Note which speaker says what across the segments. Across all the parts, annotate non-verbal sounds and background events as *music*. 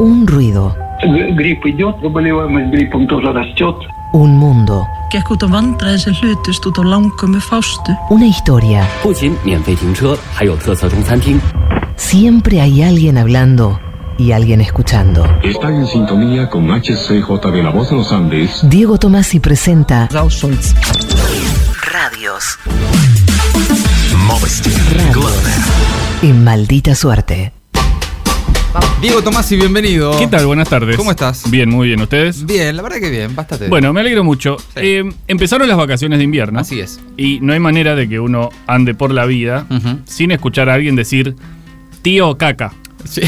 Speaker 1: Un ruido.
Speaker 2: Gripe идет, заболеваемость гриппом тоже растет.
Speaker 1: Un mundo.
Speaker 3: Gekk út á vandræði sem hlutust út á langömmu fástu.
Speaker 1: Una historia.
Speaker 4: 不仅免费停车，还有特色中餐厅。
Speaker 1: Siempre hay alguien hablando y alguien escuchando.
Speaker 5: Están en sintonía con HCJB La Voz de los Andes.
Speaker 1: Diego Tomasi presenta
Speaker 3: Ráðsólds.
Speaker 1: Radios. Radios. En maldita suerte.
Speaker 6: Diego Tomasi, bienvenido.
Speaker 7: ¿Qué tal? Buenas tardes.
Speaker 6: ¿Cómo estás?
Speaker 7: Bien, muy bien. ¿Ustedes?
Speaker 6: Bien, la verdad que bien, bástate.
Speaker 7: Bueno, me alegro mucho. Eh, empezaron las vacaciones de invierno.
Speaker 6: Así es. Mm.
Speaker 7: Y no hay manera de que uno ande por la vida
Speaker 6: Ujú.
Speaker 7: sin escuchar a alguien decir tío caca. *laughs*
Speaker 6: Sí.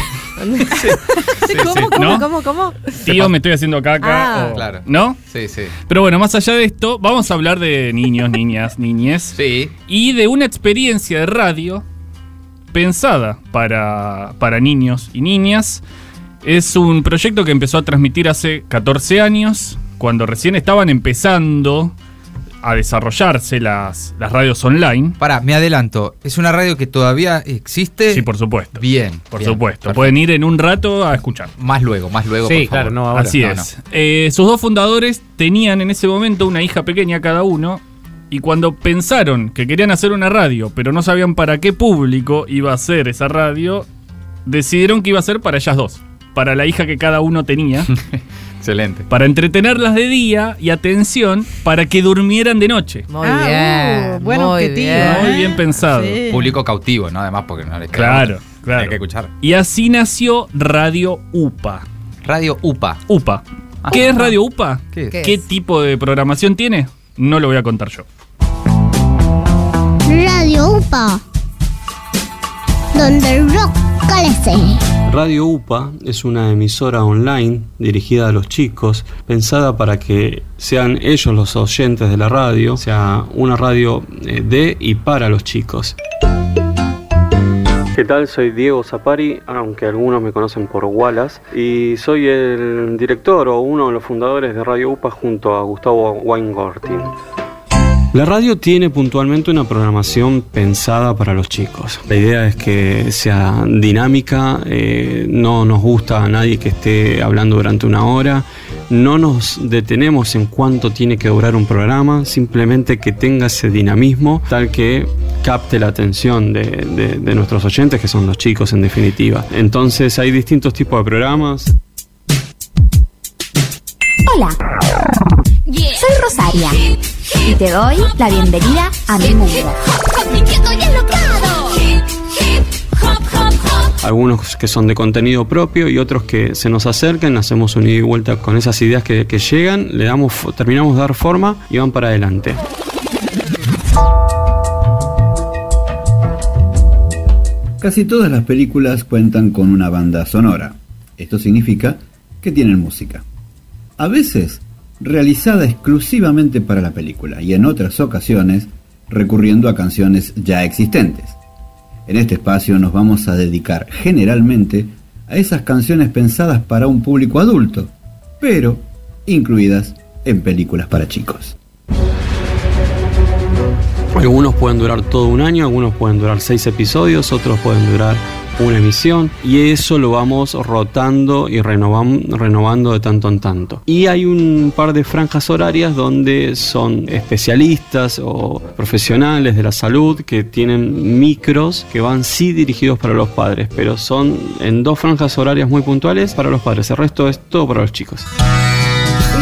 Speaker 8: ¿Cómo, cómo,
Speaker 7: ¿No?
Speaker 8: cómo, cómo?
Speaker 7: Tío, me estoy haciendo caca.
Speaker 8: Ah.
Speaker 7: o-
Speaker 6: Claro.
Speaker 7: ¿No?
Speaker 6: Sí, sí.
Speaker 7: Pero bueno, más allá de esto, vamos a hablar de niños, niñas, niñez.
Speaker 6: Sí.
Speaker 7: Y de una experiencia de radio pensada para, para niños y niñas. Es un proyecto que empezó a transmitir hace 14 años, cuando recién estaban empezando a desarrollarse las, las radios online.
Speaker 6: Pará, me adelanto. ¿Es una radio que todavía existe?
Speaker 7: Sí, por supuesto.
Speaker 6: Bien.
Speaker 7: por
Speaker 6: bien,
Speaker 7: supuesto.
Speaker 6: perfecto.
Speaker 7: Pueden ir en un rato a escuchar.
Speaker 6: Más luego, más luego,
Speaker 9: Sí,
Speaker 6: por favor.
Speaker 9: claro, no ahora.
Speaker 7: Así
Speaker 6: no,
Speaker 7: es. Eh, sus dos fundadores tenían en ese momento una hija pequeña cada uno. Y cuando pensaron que querían hacer una radio, pero no sabían para qué público iba a ser esa radio, decidieron que iba a ser para ellas dos. Para la hija que cada
Speaker 6: *laughs*
Speaker 7: uno tenía.
Speaker 6: Excelente.
Speaker 7: para entretenerlas de día y atención, para que durmieran de noche.
Speaker 8: Muy
Speaker 9: Ah,
Speaker 8: bien.
Speaker 9: uh, buen
Speaker 8: muy
Speaker 9: objetivo,
Speaker 8: bien.
Speaker 7: Muy bien pensado.
Speaker 9: Sí.
Speaker 6: Público cautivo, ¿no? Además, porque no le queda
Speaker 7: Claro,
Speaker 6: otra.
Speaker 7: claro.
Speaker 6: Hay que escuchar.
Speaker 7: Y así nació Radio UPA.
Speaker 6: Radio UPA.
Speaker 7: UPA. ¿Qué es Radio UPA?
Speaker 6: Ah, ¿Qué es?
Speaker 8: ¿Qué?
Speaker 7: ¿Qué
Speaker 8: es?
Speaker 7: tipo de programación tiene? No lo voy a contar yo.
Speaker 10: Radio UPA, donde el rock crece.
Speaker 11: Radio UPA es una emisora online dirigida a los chicos, pensada para que sean ellos los oyentes de la radio, o sea, una radio eh, de y para los chicos. ¿Qué tal? Soy Diego Zapari, aunque algunos me conocen por Wallace, y soy el director o uno de los fundadores de Radio UPA junto a Gustavo Weingortin. La radio tiene puntualmente una programación pensada para los chicos. La idea es que sea dinámica, eh, no nos gusta a nadie que esté hablando durante una hora, no nos detenemos en cuánto tiene que durar un programa, simplemente que tenga ese dinamismo tal que capte la atención de, de- de nuestros oyentes, que son los chicos en definitiva. Entonces hay distintos tipos de programas.
Speaker 10: Hola, soy Rosaria y te doy la bienvenida a mi mundo.
Speaker 11: algunos que son de contenido propio y otros que se nos acercan, hacemos un ida y vuelta con esas ideas que, que llegan, le damos, fo- terminamos de dar forma y van para adelante.
Speaker 12: Casi todas las películas cuentan con una banda sonora. Esto significa que tienen música. A veces realizada exclusivamente para la película y en otras ocasiones recurriendo a canciones ya existentes. En este espacio nos vamos a dedicar generalmente a esas canciones pensadas para un público adulto, pero incluidas en películas para chicos.
Speaker 11: Algunos pueden durar todo un año, algunos pueden durar seis episodios, otros pueden durar una emisión y eso lo vamos rotando y renovam- renovando de tanto en tanto. Y hay un par de franjas horarias donde son especialistas o profesionales de la salud que tienen micros que van sí dirigidos para los padres, pero son en dos franjas horarias muy puntuales para los padres, el resto es todo para los chicos.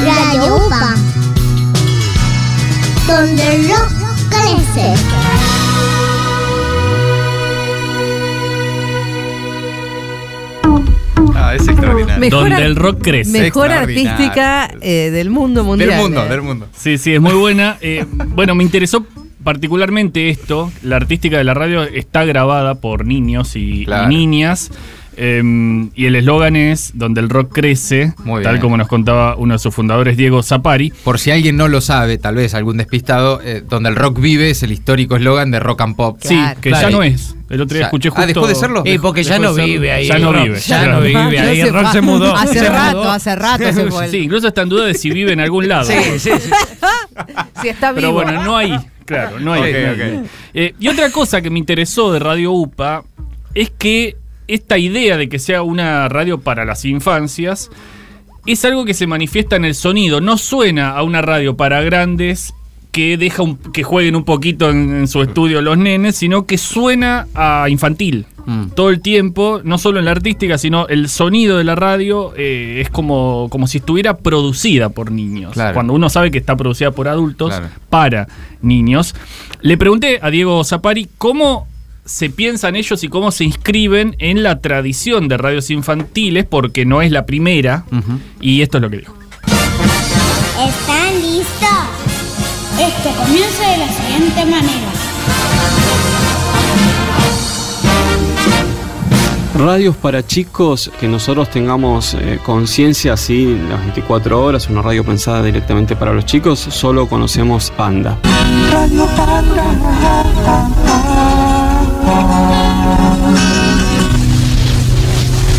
Speaker 10: Radio UPA, donde el rock crece.
Speaker 6: Ah, es extraordinario. *laughs*
Speaker 8: Mejor
Speaker 7: Donde
Speaker 8: ar-
Speaker 7: el rock crece.
Speaker 8: Mejor
Speaker 6: Extraordinario.
Speaker 8: artística eh, del mundo mundial.
Speaker 6: Del mundo,
Speaker 8: eh.
Speaker 6: del mundo.
Speaker 7: Sí, sí, es muy buena. Eh, bueno, me interesó particularmente esto. La artística de la radio está grabada por niños y, y
Speaker 6: Claro.
Speaker 7: niñas. Eh, y el eslogan es donde el rock crece,
Speaker 6: Muy
Speaker 7: tal
Speaker 6: bien.
Speaker 7: como nos contaba uno de sus fundadores, Diego Zapari.
Speaker 6: Por si alguien no lo sabe, tal vez algún despistado, eh, donde el rock vive es el histórico eslogan de rock and pop.
Speaker 8: Claro.
Speaker 7: Sí, que
Speaker 6: Claro.
Speaker 7: ya no es. El otro día
Speaker 6: Ya-
Speaker 7: escuché
Speaker 6: ah,
Speaker 7: justo.
Speaker 6: ¿dejó de serlo?
Speaker 9: Y porque ya
Speaker 7: dejó
Speaker 9: no
Speaker 7: de serlo.
Speaker 9: vive ahí.
Speaker 7: Ya
Speaker 9: el
Speaker 7: no
Speaker 9: rock.
Speaker 7: vive,
Speaker 9: Ya
Speaker 7: claro.
Speaker 9: no
Speaker 8: Ah,
Speaker 1: *laughs*
Speaker 9: vive
Speaker 8: ya
Speaker 9: ahí.
Speaker 8: se
Speaker 9: El rock
Speaker 8: va.
Speaker 9: se mudó.
Speaker 8: Hace
Speaker 9: Se
Speaker 8: rato,
Speaker 9: mudó.
Speaker 8: hace rato se fue. el-
Speaker 7: Sí, incluso está en duda de si vive en algún lado.
Speaker 9: Sí, sí, sí.
Speaker 8: Si está vivo.
Speaker 7: Pero bueno,
Speaker 8: *laughs*
Speaker 7: no hay. Claro, no hay.
Speaker 6: Ok,
Speaker 7: no hay.
Speaker 6: ok.
Speaker 7: Eh, y otra cosa que me interesó de Radio UPA es que esta idea de que sea una radio para las infancias es algo que se manifiesta en el sonido. No suena a una radio para grandes que deja un- que jueguen un poquito en, en su estudio los nenes, sino que suena a infantil.
Speaker 6: Mm.
Speaker 7: Todo el tiempo, no solo en la artística, sino el sonido de la radio eh, es como, como si estuviera producida por niños.
Speaker 6: Claro.
Speaker 7: Cuando uno sabe que está producida por adultos,
Speaker 6: Claro.
Speaker 7: para niños. Le pregunté a Diego Zapari cómo se piensan ellos y cómo se inscriben en la tradición de radios infantiles, porque no es la primera, y esto es lo que dijo.
Speaker 9: ¿Están listos?
Speaker 10: Este
Speaker 9: Esto comienza de la siguiente manera.
Speaker 11: Radios para chicos que nosotros tengamos eh, conciencia así las 24 horas, una radio pensada directamente para los chicos, solo conocemos Panda.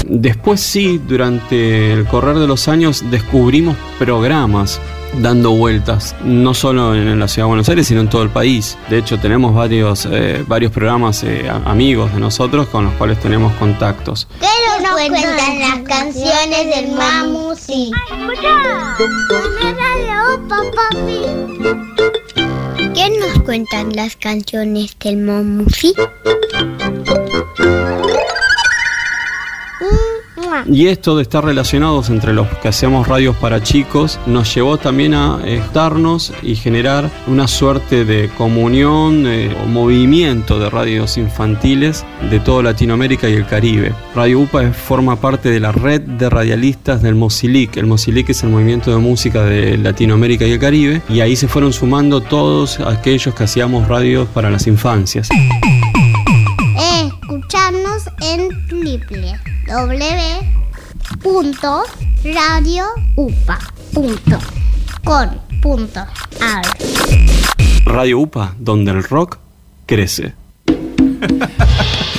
Speaker 11: Después sí, durante el correr de los años descubrimos programas dando vueltas, no solo en la ciudad de Buenos Aires, sino en todo el país. De hecho, tenemos varios, eh, varios programas eh, a- amigos de nosotros con los cuales tenemos contactos.
Speaker 9: ¿Qué nos cuentan las canciones del Mamusi? ¡Escucha! ¿Qué nos cuentan las canciones del Mamusi?
Speaker 11: Y esto de estar relacionados entre los que hacemos radios para chicos nos llevó también a estarnos y generar una suerte de comunión eh, o movimiento de radios infantiles de toda Latinoamérica y el Caribe. Radio UPA es- forma parte de la red de radialistas del Mosilic. El Mosilic es el movimiento de música de Latinoamérica y el Caribe y ahí se fueron sumando todos aquellos que hacíamos radios para las infancias.
Speaker 9: Escucharnos en triple
Speaker 11: Radio UPA, donde el rock crece.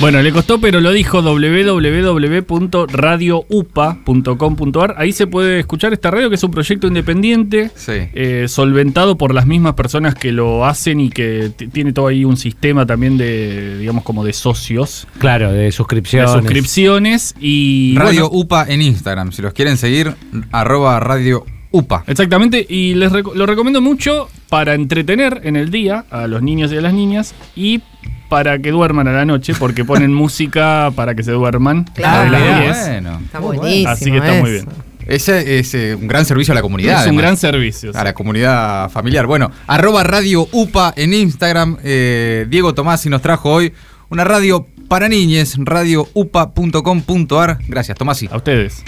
Speaker 7: Bueno, le costó, pero lo dijo www.radioupa.com.ar. Ahí se puede escuchar esta radio, que es un proyecto independiente, eh, solventado por las mismas personas que lo hacen y que t- tiene todo ahí un sistema también de, digamos, como de socios.
Speaker 13: Claro, de
Speaker 7: De
Speaker 13: suscripciones.
Speaker 7: suscripciones y.
Speaker 6: Radio
Speaker 7: bueno,
Speaker 6: UPA en Instagram. Si los quieren seguir, arroba Radio UPA.
Speaker 7: Exactamente, y les reco- lo recomiendo mucho para entretener en el día a los niños y a las niñas y para que duerman a la noche, porque ponen música para que se duerman.
Speaker 6: Claro,
Speaker 7: de las 10.
Speaker 6: bueno.
Speaker 8: Está buenísimo.
Speaker 7: Así que está muy bien.
Speaker 6: Ese es eh, un gran servicio a la comunidad.
Speaker 7: Es un gran
Speaker 6: servicio. A la comunidad familiar. Bueno, arroba Radio UPA en Instagram. Eh, Diego Tomás nos trajo hoy una radio para niñes, radioupa.com.ar. Gracias, Tomasi. A
Speaker 7: ustedes.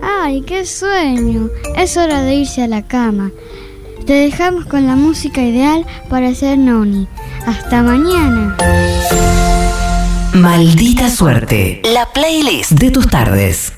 Speaker 14: ¡Ay, qué sueño! Es hora de irse a la cama. Te dejamos con la música ideal para ser noni. Hasta mañana.
Speaker 1: Maldita suerte.
Speaker 14: La playlist.
Speaker 1: De tus tardes.